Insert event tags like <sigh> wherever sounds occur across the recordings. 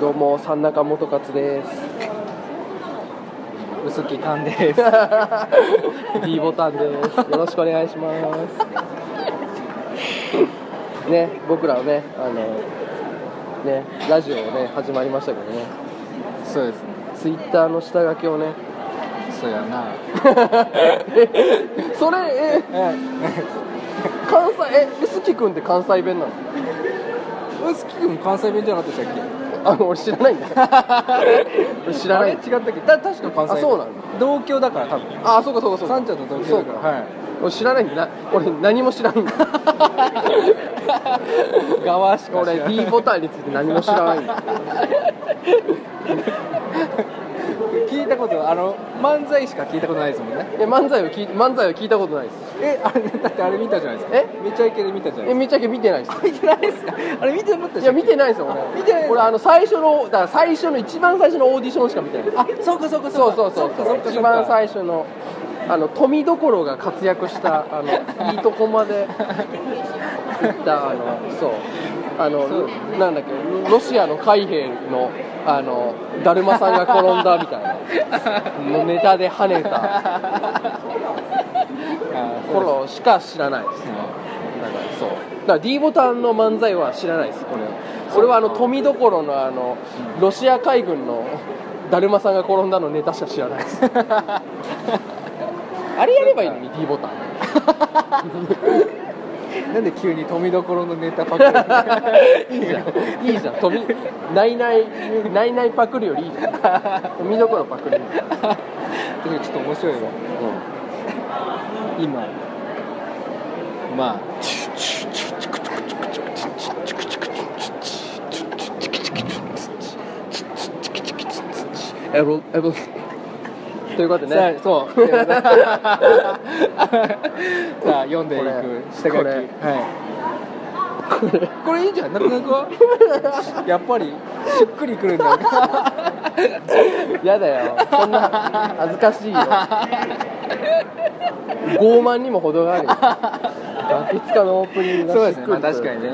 どうも三中元勝です薄木勘です D ボタンですよろしくお願いしますね僕らはねあのねラジオね始まりましたけどねそうですねツイッターの下書きをね <laughs> そうやなそれえ関西え薄木君って関西弁なの薄木君関西弁じゃなかったでしたっあの俺知らない <laughs> んだよ俺け知らないあれ違ったっけだ確か関西弁あそうなん同郷だから多分あそうかそうかそうかさんちゃんと同そ郷うだかから俺知らないんだな俺何も知 <laughs> らないんだはい側しか知俺らない D ボタンについて何も知らない <laughs> んだ聞いたことあの漫才しか聞いたことないですもんねえ漫才を聞い漫才を聞いたことないですえあれだってあれ見たじゃないですかえめちゃイケで見たじゃないえでめっちゃけ見てないですすか見てないですかあれ見てなかったいじやゃん見てないですよあ俺見てないです俺あの最初のだから最初の一番最初のオーディションしか見てないあそうかそうかそうかそうそうかかか一番最初のあの富どころが活躍したあのいいとこまで行ったあのそうあのなんだっけロシアの海兵のあのだるまさんが転んだみたいなのネタで跳ねた <laughs> あそうです頃しか知らないですだからそうだから D ボタンの漫才は知らないです俺は俺はあの富どころのあのロシア海軍のだるまさんが転んだのネタしか知らないですあれやればいいのに D ボタンなんで急に富所のネタパクる <laughs> いいじゃんいいじゃん富ないないないないパクるよりいいじゃん富どころパクるみたいなちょっと面白いわ今まあエロエロということでね <laughs> そう <laughs> さあ読んでいこれく下書きこれはいこれいいじゃんなくなくは <laughs> やっぱりしっくり <laughs> くるんだよやだよそんな恥ずかしいよ傲慢にも程があるよバケツカのオープニングそうがでしすっね、くまあ、りと確かにね、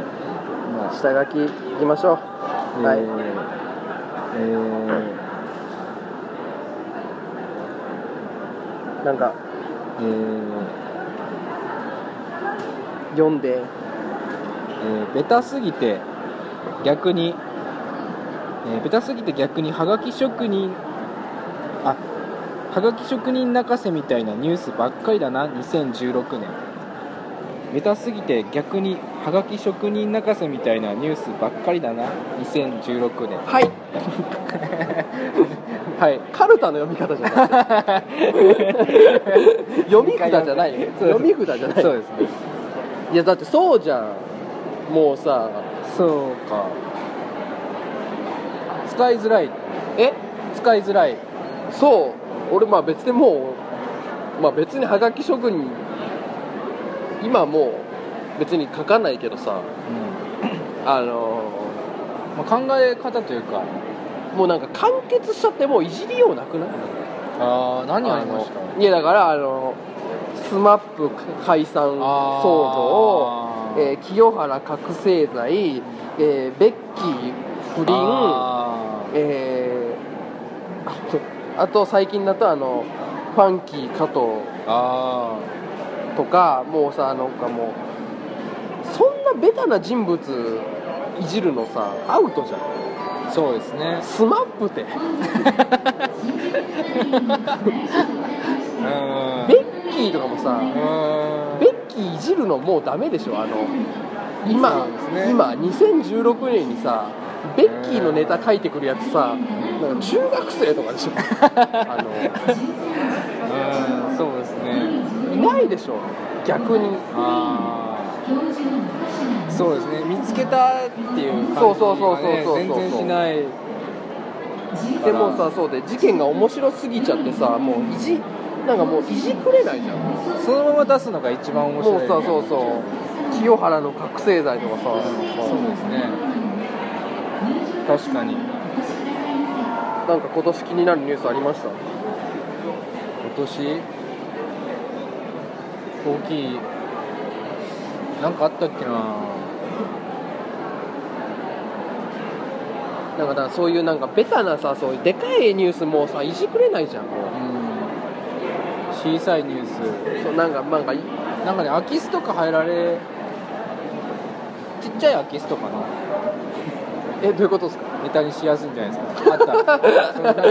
まあ下書きいきましょうはいえーなんかえー読んでえーベタすぎて逆に、えーベタすぎて逆にハガキ職人あハガキ職人泣かせみたいなニュースばっかりだな2016年ベタすぎて逆にハガキ職人泣かせみたいなニュースばっかりだな2016年 <laughs> はいはいカルタの読み方じゃない読み札じゃないよそう読み札じゃないそうですねいやだってそうじゃんもうさそうか使いづらいえ使いづらいそう俺まあ別にもうまあ別にハガキ職人今もう別に書かないけどさあのまあ、考え方というかーもうなんか完結しちゃってもういじりようなくないああ何ありましたあのいやだからあのスマップ解散騒動、あーえー清原覚醒剤、えーベッキー不倫あーえーあとあと最近だとあのファンキー加藤あとかもうさなんかもうそんなベタな人物いじるのさアウトじゃんーそうですねスマップってうんベッキーとかもさうんベッキーいじるのもうダメでしょあの今、そうですね今2016年にさベッキーのネタ書いてくるやつさなんか中学生とかでしょ <laughs> あうんそうですねのいないでしょ逆にあーそうですね見つけたっていう感じがねそうそうそうそうそう全然しないでもさそうで事件が面白すぎちゃってさもういじなんかもういじくれないじゃんそのまま出すのが一番面白いもうさそうそう清原の覚醒剤とかさそうですね確かに今なんか今年気になるニュースありました年大きいなんかあったっけななんかだからそういうなんかベタなさそういうでかいニュースもうさいじくれないじゃんもう小さいニュースそうなんかなんかなんかね空き巣とか入られちっちゃい空き巣とかなえどういうことですかネタにしやすいんじゃないです <laughs> かあったそのなんか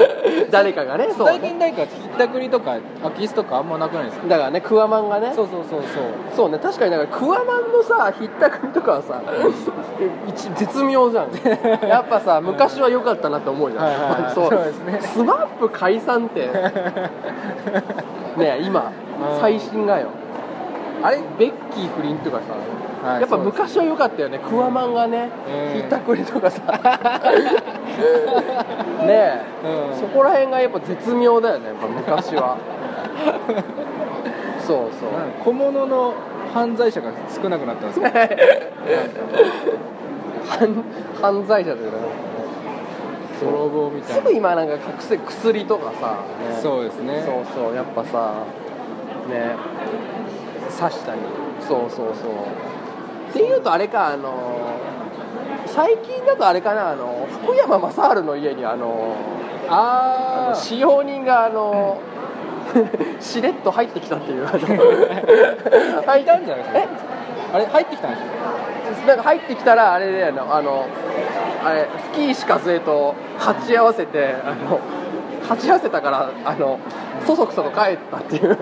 誰かがねそう最ね近なんかひったくりとか空き巣とかあんまなくないですかだからねクワマンがねそうそうそう <laughs> そうそうね確かにだからクワマンのさひったくりとかは <laughs> さ一絶妙じゃんやっぱさ昔は良かったなって思うじゃん、はいはいは <laughs> いそうそうですねスマップ解散ってね今うん最新がよあれベッキー不倫とかさ、はやっいぱそうです昔は良かったよねクワマンがね、うんひったくりとか <laughs> さねえ、うんそこら辺がやっぱ絶妙だよねやっぱ昔 <laughs> はそうそう、なんか小物の犯罪者が少なくなったん <laughs> ですか犯犯罪者というか泥棒みたすいなぐ今なんか隠せ薬とかさ、ねそうですねそうそうやっぱさね刺したりそうそうそうっていうとあれかあの最近だとあれかなあの福山雅治の家にあのああのー使用人があの <laughs> しれっと入ってきた <laughs> っていうあの入いたんじゃないですかえあれ入ってきたんでしなんか入ってきたらあれだよねあのあれスキーしかずえと鉢合わせてあの鉢合わせたからあのそそくそと帰ったっていう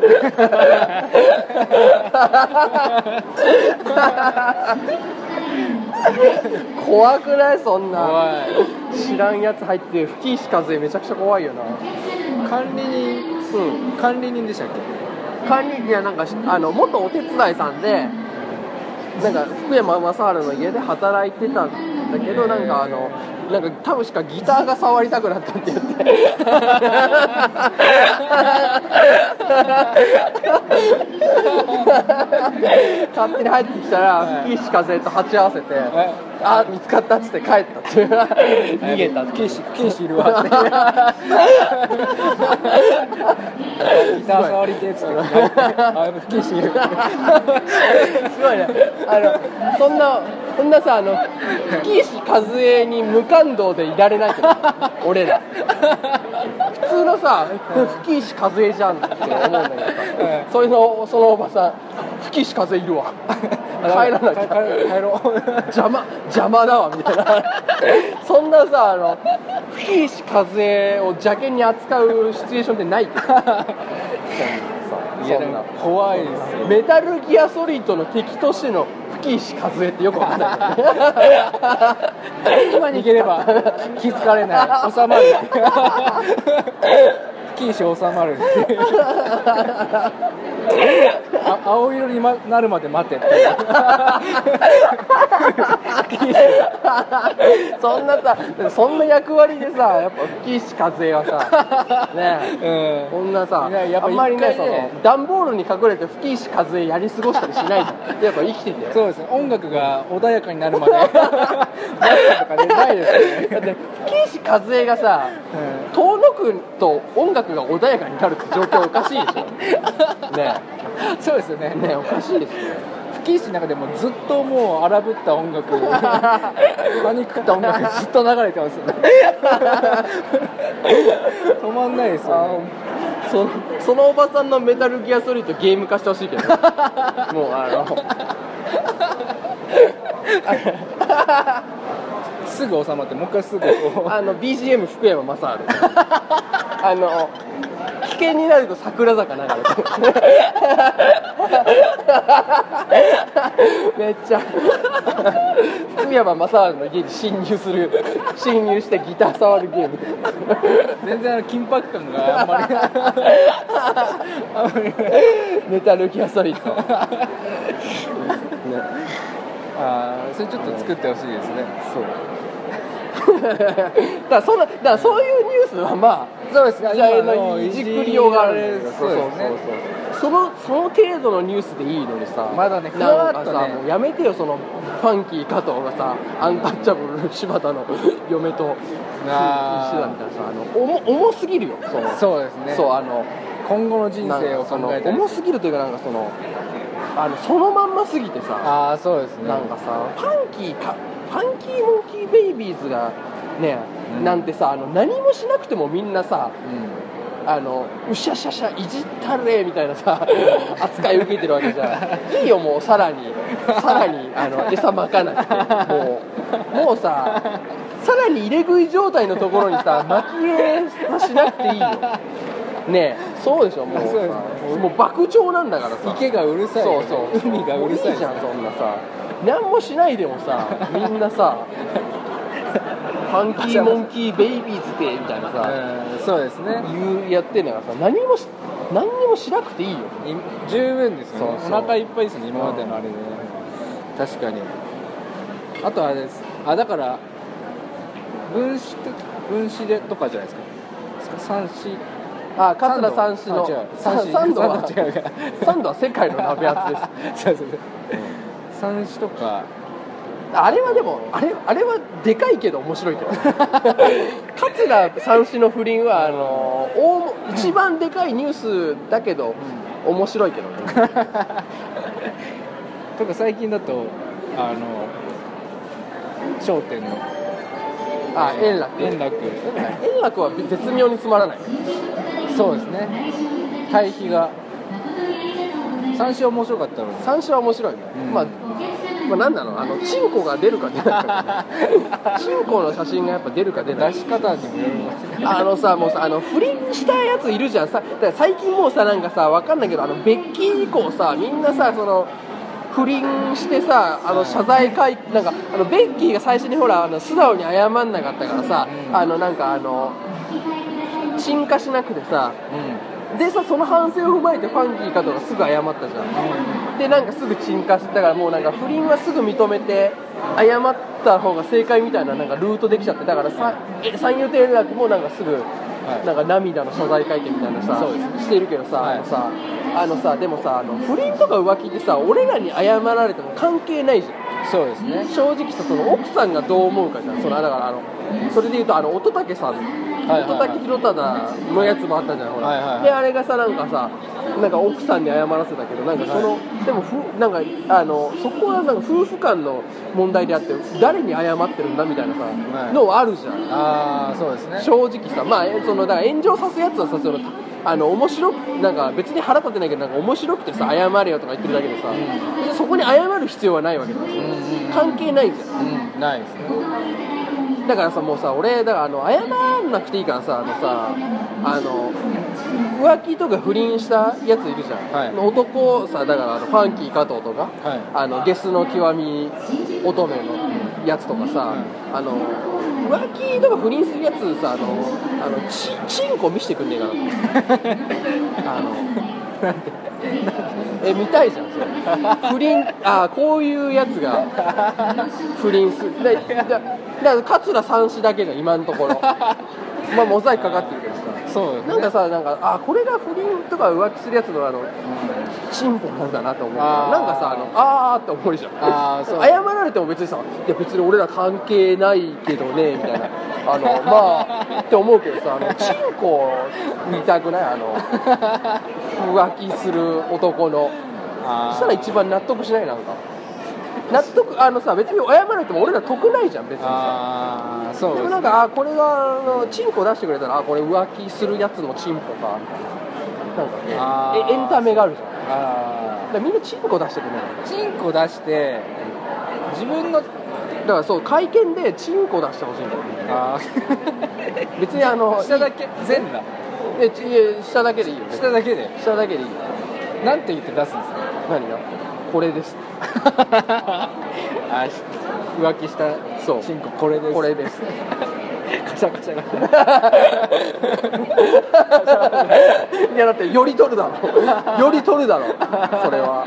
怖くないそんょな怖い知らんやつ入ってスキーしかずえめちゃくちゃ怖いよな管理人うん管理人でしたっけ管理人はなんかあの元お手伝いさんでなんか福山雅治の家で働いてたんだけどなんかあのなんか多分しかギターが触りたくなったって言って勝手に入ってきたらはい吹石風と鉢合わせていあ見つかったっつって帰ったっていう逃げたって警視警視いるわってギター触りてえっつってあやっぱ警視いるすごいねあのそんなそんなさあの吹石和恵に無感動でいられないけど俺ら普通のさ吹石和恵じゃんって思うんだけどさそれのそのおばさん吹石和恵いるわ帰らなき帰ろうゃ帰ろ邪魔邪魔だわみたいなそんなさあの吹石和恵を邪険に扱うシチュエーションってないけどういそやんなでも怖いですよメタルギアソリッドの敵としての吹石和恵ってよくわかんないよね今 <laughs> 逃げれば気づかれない収まる禁止収まるあ青色にまなるまで待てってそんなさそんな役割でさやっぱ吹石和恵は <laughs> さねえうこんんなさ、いややっぱあんまりね一そ回ねの段ボールに隠れて吹石和恵やり過ごしたりしないじゃんやっぱ生きててそうですね音楽が穏やかになるまで待ったとかねないですだよっね、て吹石和恵がさうん遠野くんと音楽が穏やかになるって状況おかしいでし <laughs> ょねそうですよねえねえおかしいですよ吹石の中でもずっともう荒ぶった音 <laughs> 楽パニックった音楽ずっと流れてま <laughs> すよね止まんないですよねそ <laughs> そのおばさんのメタルギアソリッドゲーム化してほしいけ <laughs> どもうあのすぐ収まってもう一回す <laughs> ぐこあの BGM 福山雅治あの危険になると桜坂流れてる <laughs> めっちゃ福山雅治の家に侵入する侵入してギター触るゲームう全然あの緊迫感があんま <laughs> りあんまりメタルギアソリッド、あーそれちょっと作ってほしいですねそう <laughs> だからそんなだからそういうニュースはまあそうです時代のいじくりようがあるんだけどそうですねそうそのその程度のニュースでいいのにさまだねなおふわかっとさねもうやめてよそのファンキー加藤がさアンタッチャブル柴田の <laughs> 嫁とあ一ー緒だみたいなさあの重重すぎるよそのそうですねそうあの今後の人生なをんかそ考のえたり重すぎるというかなんかそのあのそのまんますぎてさああそうですねなんかさファンキーかファンキーモンキーベイビーズがね、うんなんてさあの何もしなくてもみんなさうあのうしゃしゃしゃいじったれみたいなさ <laughs> 扱い受けてるわけじゃんいいよもうさらにさらにあ <laughs> の餌まかなくてもうもうささらに入れ食い状態のところにさ巻き入れしなくていいよねえそうでしょもうさそうですもう爆鳥なんだからさん、池がうるさい、そうそう海がうるさもいいじゃんそんなさ何もしないでもさみんな <laughs> さファンキーモンキーベイビーズでみたいなさ、うんそうですね言うやってんだからさ何もし何にもしなくていいよい十分ですよねそうそうお腹いっぱいですね今までのあれで、確かにあとあれですあだから分子的分子でとかじゃないですか三子あ桂三種の三三子三度は違うか三度は世界の鍋厚ですす <laughs> そうそうそう三子とか <laughs> あれはでもあれあれはでかいけど面白いけど <laughs> 桂三種の不倫はあの大一番でかいニュースだけど面白いけどねとか最近だとあの『笑点』のあ円楽円楽円楽は絶妙につまらないそうですね対比が三子面白かったのに三種は面白いね、うんまあまあ、なんなのあのチンコが出るか出ない <laughs> かチンコの写真がやっぱ出るか出ない出かし方にもよるのかあのさもうさあの不倫したやついるじゃんさだから最近もうさなんかさわかんないけどあのベッキー以降さみんなさその不倫してさあの謝罪会なんかあのベッキーが最初にほらあの素直に謝んなかったからさうんあのなんかあの沈下しなくてさうでさその反省を踏まえてファンキー加藤がすぐ謝ったじゃんでなんかすぐ沈下してだからもうなんか不倫はすぐ認めて謝った方が正解みたいななんかルートできちゃってだからさえ三遊亭円楽もなんかすぐいなんか涙の謝罪会見みたいなさそうですしてるけどさ,、はいあのさあのさでもさあの不倫とか浮気ってさ俺らに謝られても関係ないじゃんそうですね正直さその奥さんがどう思うかじゃんそのだからあのそれで言うとあの乙武さんはいはい乙武宏忠のやつもあったじゃんほら、はいはいはいであれがさなんかさなんか奥さんに謝らせたけどなんかその、でもふなんかあのそこはなんか夫婦間の問題であって誰に謝ってるんだみたいなさ、はいのはあるじゃんああそうですね正直さまあえそのだから炎上さすやつはさそのあの面白くなんか別に腹立てないけどなんか面白くてさ謝れよとか言ってるだけでさ、別にそこに謝る必要はないわけだからさうん関係ないじゃんうんないですねだからさもうさ俺だからあの謝んなくていいからさあのさあの浮気とか不倫したやついるじゃん、はい男さだからあのファンキー加藤とか、はいあのゲスの極み乙女のやつとかさ、うあの浮気とか不倫するやつさあのあのチチンコ見せてくんねえか <laughs> なとあのえ見たいじゃんそれ不倫あーこういうやつが不倫するだだだから桂三子だけじゃん今のところまあモザイクかかってるけどさそうですねなんかさなんかあーこれが不倫とか浮気するやつのあのうんチンポなんだなと思うけどあーなんかさあのあーって思うじゃんあーそう謝られても別にさいや別に俺ら関係ないけどねみたいなあのまあって思うけどさあのチンコ見たくないあの浮気する男のあそーしたら一番納得しないなんか納得あのさ別に謝られても俺ら得ないじゃん別にさああそでうでもなすねんかあーこれがあのチンコ出してくれたらあーこれ浮気するやつのチンポかみたいななんかあねーえエンタメがあるじゃんだあからみんなチンコ出してくれないーチンコ出して自分のだからそう会見でチンコ出してほしいんだよああ別にあの下だけ全だいやちいや下だけでいいよね下だけで下だけでいいよなんて言って出すんです <laughs> か何がこれですあーし浮気したそうチンコこれですこれですカシャカシ <laughs> ャ <laughs> カシャいやだってより取る <laughs> だろより取るだろそれは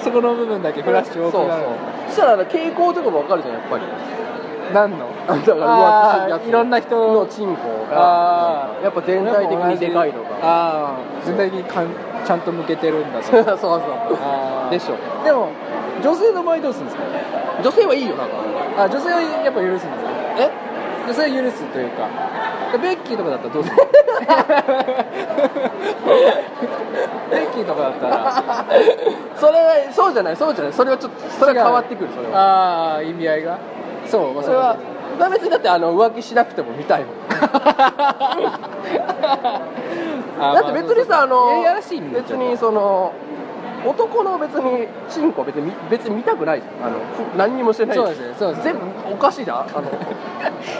そこの部分だけフラッシュそ多うそうくなるそしたらあの傾向とかも分かるじゃんやっぱり何のだから浮気するやあつーいろんな人のチンコがあーやっぱ全体的にでかいのがああ全体的にかんちゃんと向けてるんだそうとそうあーでしょでも女性の場合どうするんですか女性はいいよなん <laughs> かあ女性はやっぱ許すんですかえ女性は許すというかベッキーとかだったらどうす <laughs> るベッキーとかだった <laughs> らそれはそうじゃないそうじゃないそれはちょっとそれは変わってくるそれはああ意味合いがそうそれはまあ別にだってあの浮気しなくても見たいもん <laughs> だって別にさあのややらしいんだよ別にその男の別にチンコ別に別に見たくないじゃんあのふ何にもしてないそうですねそうですね全部おかしいじゃんあの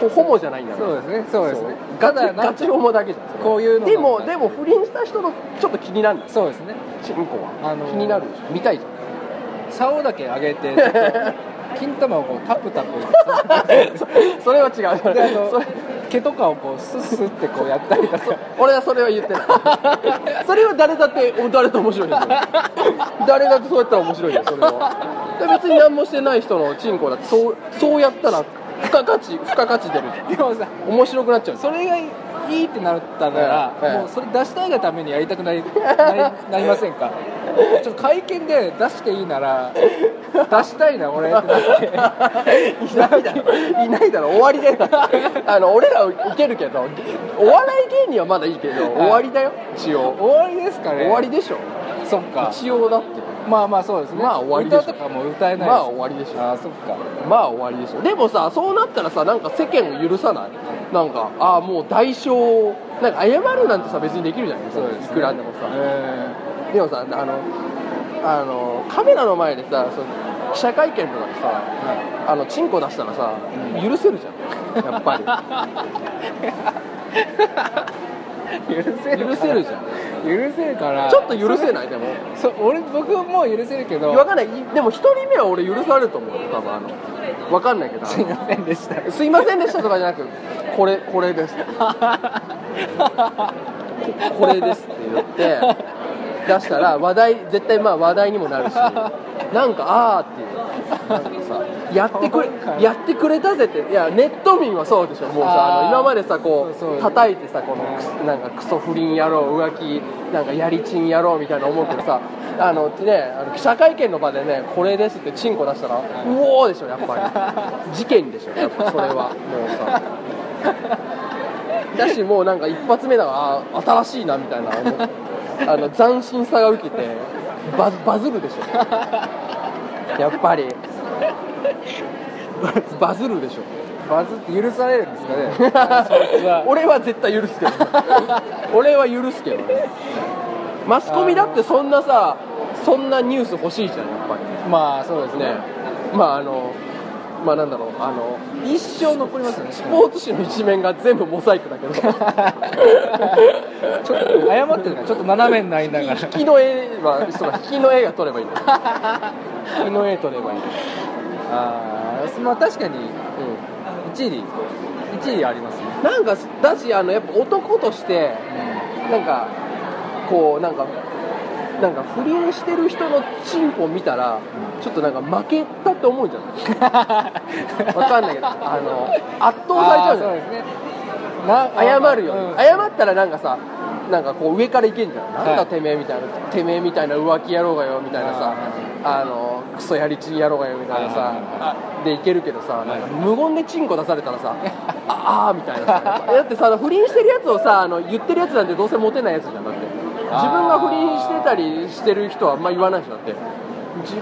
ほホモじゃないんだからそうですねそうですねガたチだなガんかチホモだけじゃんそれこういうのでもなんかでも不倫した人のちょっと気になるんですそうですねチンコは、あのー気になるでしょ見たいじゃん竿だけ上げてちょっと金玉をこうタプタプ <laughs> それは違うそであれそのれ毛とかをこうスッスッってこうやったりとか <laughs> 俺はそれは言ってない <laughs> それは誰だってお誰だって面白いよそれ誰だってそうやったら面白いよそれはで別に何もしてない人のチンコだってそうそうやったら付加価値付加価値出るじゃんでもさ面白くなっちゃ <laughs> うそれがいいってなったなら、ええもうそれ出したいがためにやりたくなりなりなりませんかちょっと会見で出していいなら出したいな俺ってなっていないだろいないだろ終わりだよあの俺ら受けるけどお笑い芸人はまだいいけど終わりだよ一応終わりですかね終わりでしょそっか一応だってまあまあそうですねまあ終わりでしょ歌とかも歌えないですまあ終わりでしょあーそっかまあ終わりでしょでもさそうなったらさなんか世間を許さないなんかああもう代償なんか謝るなんてさ別にできるじゃないそうです、ね、いくらでもさえでもさあのあのカメラの前でさその記者会見とかでえさはあのチンコ出したらさ許せるじゃんやっぱり <laughs> い許せる許せるじゃんん許せるからちょっと許せないでもそれそ俺僕もう許せるけど分かんないでも1人目は俺許されると思うよ多分あの分かんないけどすいません <laughs> でしたすいませんでしたとかじゃなくこれこれですこれですって言って出したら話題絶対まあ話題にもなるしなんかああっていうなんかさやってくれやってくれたぜっていやネット民はそうでしょもうさあーあの今までさこそうそうう叩いてさこのクスなんかクソ不倫野郎浮気なんかやりちん野郎みたいな思うけどさあのねあの記者会見の場でねこれですってチンコ出したらうおーでしょやっぱり事件でしょやっぱそれはもうさだしもうなんか一発目だからあ新しいなみたいな思うあの斬新さが受けてバズバズるでしょやっぱりバズバズるでしょバズって許されるんですかねそいつは <laughs> 俺は絶対許すけどね俺は許すけどねマスコミだってそんなさそんなニュース欲しいじゃんやっぱり <laughs> まあそうですねねまああのまあなんだろうあの一生残りますよねスポーツ紙の一面が全部モザイクだけどちょっと謝ってるねちょっと斜めになりながら引きの絵はそうだ引きの絵が撮ればいいんだよ引きの絵撮ればいいんだよ <laughs> ああまあ確かにうん一理一理ありますねなんかだしあのやっぱ男としてなんかこうなんかなんか不倫してる人のチンポ見たらちょっとなんか負けたって思うんじゃ <laughs> ないわかんないけ <laughs> どあの圧倒されちゃうじゃあーそないうですねな謝るよ、うん謝ったらなんかさなんかこう上からいけんじゃん、いなんだてめえみたいなてめえみたいな浮気野郎がよみたいなさあのクソやりちん野郎がよみたいなはいさはいはいあでいけるけどさいなんか無言でチンコ出されたらさああーみたいなさだってさ不倫してるやつをさあの言ってるやつなんてどうせモテないやつじゃんだって自分が不倫してたりしてる人はあんま言わないしだって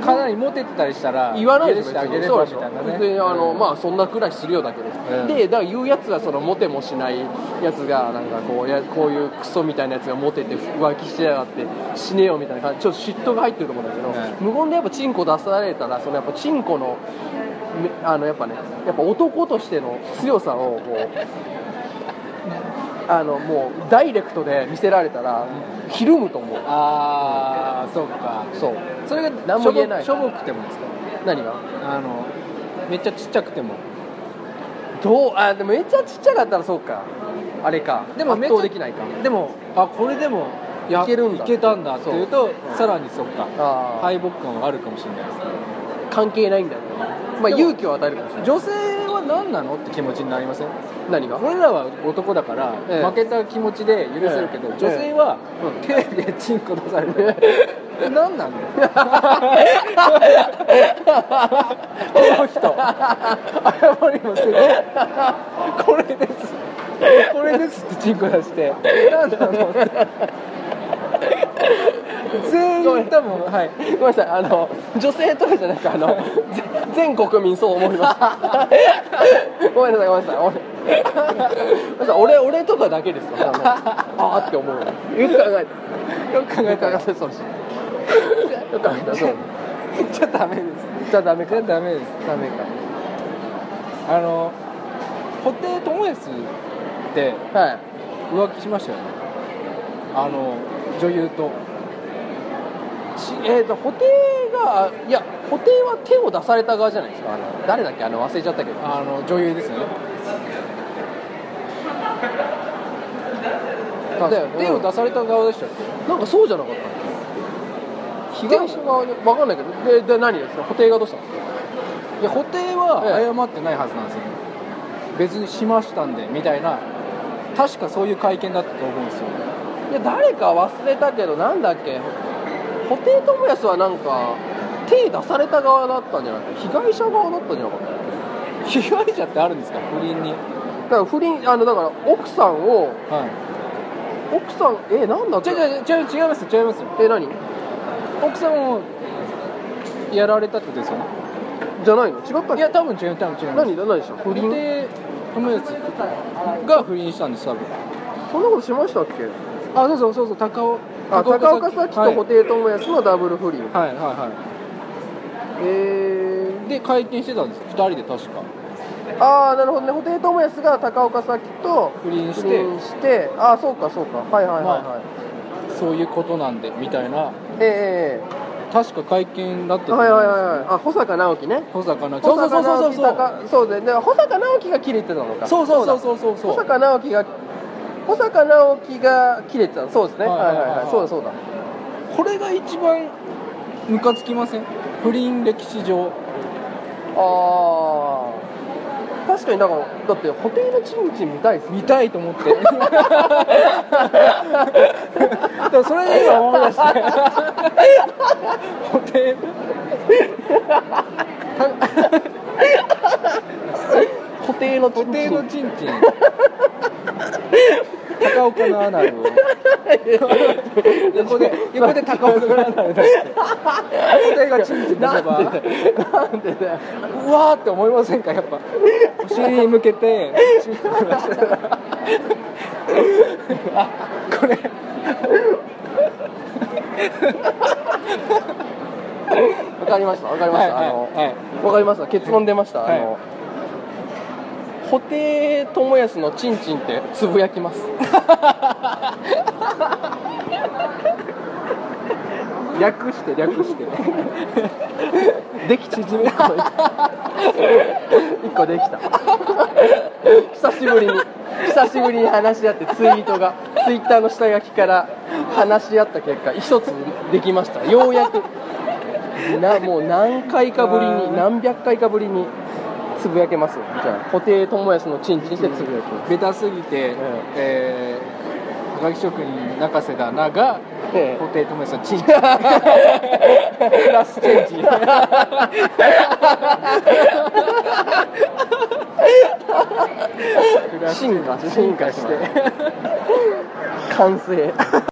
かなりモテてたりしたら言わない許でししてょあ別げにれそうばでみしたいなょね別にあの、うんまあそんなくらいするよだけど、うんでだから言うやつはそのモテもしないやつがなんかこうやこういうクソみたいなやつがモテて浮気してやがって死ねよみたいな感じちょっと嫉妬が入ってると思うんだけど、う無言でやっぱチンコ出されたらそのやっぱチンコのめあのやっぱねやっぱ男としての強さをこうあのもうダイレクトで見せられたらひるむと思うああそうかそうそれが何も言えないしょぼしょぼくてもですか何があのめっちゃちっちゃくてもどうあでもめっちゃちっちゃかったらそうかあれかでもめっち圧ゃ倒できないかでもあこれでもやいけるんだいけたんだっていうとうんさらにそっかあー敗北感はあるかもしれないですね関係ないんだよねまあでも勇気を与えるかもしれない女性は何なのって気持ちになりません何が俺らは男だから、ええ負けた気持ちで許せるけど、ええ女性は、えテレビでチンコ出され <laughs> て、何なんだよこの人謝りもするこれですこれですってチンコ出して何なのって全員多分はいごめんなさいあの女性とかじゃなくあのぜ <laughs> 全国民そう思います <laughs> ごめんなさいごめんなさい俺ごめんなさい俺俺とかだけですよそんなのあーって思うよく考えよくた考よえくた考えらたそうですよく考えた <laughs> そうじゃダメですじゃあダメかじゃダメですダメかあの布袋寅泰ってはい浮気しましたよねあの女優とちえー、と布袋がいや布袋は手を出された側じゃないですかあの誰だっけあの忘れちゃったけどあの女優ですよねだだよよね手を出された側でしたっけなんかそうじゃなかった被害者側に分かんないけどでで何ですか布袋がどうしたんですかいや布袋はええ謝ってないはずなんですよ、別にしましたんでみたいな確かそういう会見だったと思うんですよいや誰か忘れたけどなんだっけ布袋寅泰はなんか手出された側だったんじゃなくて被害者側だったんじゃなかった被害者ってあるんですか不倫にだから不倫あのだから奥さんをは奥さんえなんだっいけ違う違う違う違います違いますえ何奥さんをやられたってことですよねじゃないの違ったっけいや多分違う多分違います何だ何でした不不倫倫で友達が不倫したんです多分そんなことしましたっけあそうそうそうそう高尾あ高岡早紀と布は袋寅い泰のダブル不倫、はいはいえはいで会見してたんです2人で確かー、ああなるほどね布袋寅泰が高岡早紀と不倫し不て倫してああそうかそうかはいはいはいはい、そういうことなんでみたいなええ確か会見だったええと思はういんはいはいはですいあ保坂直樹ね保坂直樹保そ坂うそうそ直う樹そ高そうそううでで保坂直樹が切れてたのかそうそうそうだそうそうそう保坂直樹が保坂直樹が切れてたのそうですねははいいははいいはいはいそうだそうだこれが一番ムカつきません不倫歴史上ああ確かにだからだって布袋のチンチン見たいですね見たいと思ってだからそれで今思い出して補填固定の固定のチンチン高岡のアナルを <laughs> 横で横で高岡のア <laughs> ナル出して固定がチンチン出せばなんでだよなんでだようわーって思いませんかやっぱお尻に向けてチンチン出したらあこれわかりましたわかりました、あはいのわかりました結論出ました、はいあの布袋寅泰のチンチンってつぶやきます略して略 <laughs> してでき縮めたの1個できた <laughs> 久しぶりに久しぶりに話し合ってツイートがツイッターの下書きから話し合った結果一つできましたようやくなもう何回かぶりあにー何百回かぶりにつぶやけますよじゃあ布袋寅泰のチンチンしてつぶやきます、ベタすぎて、えー、はがき職人中瀬だながええ布袋寅泰さんチンチンプラスチェン <laughs> ジ進化進化して完成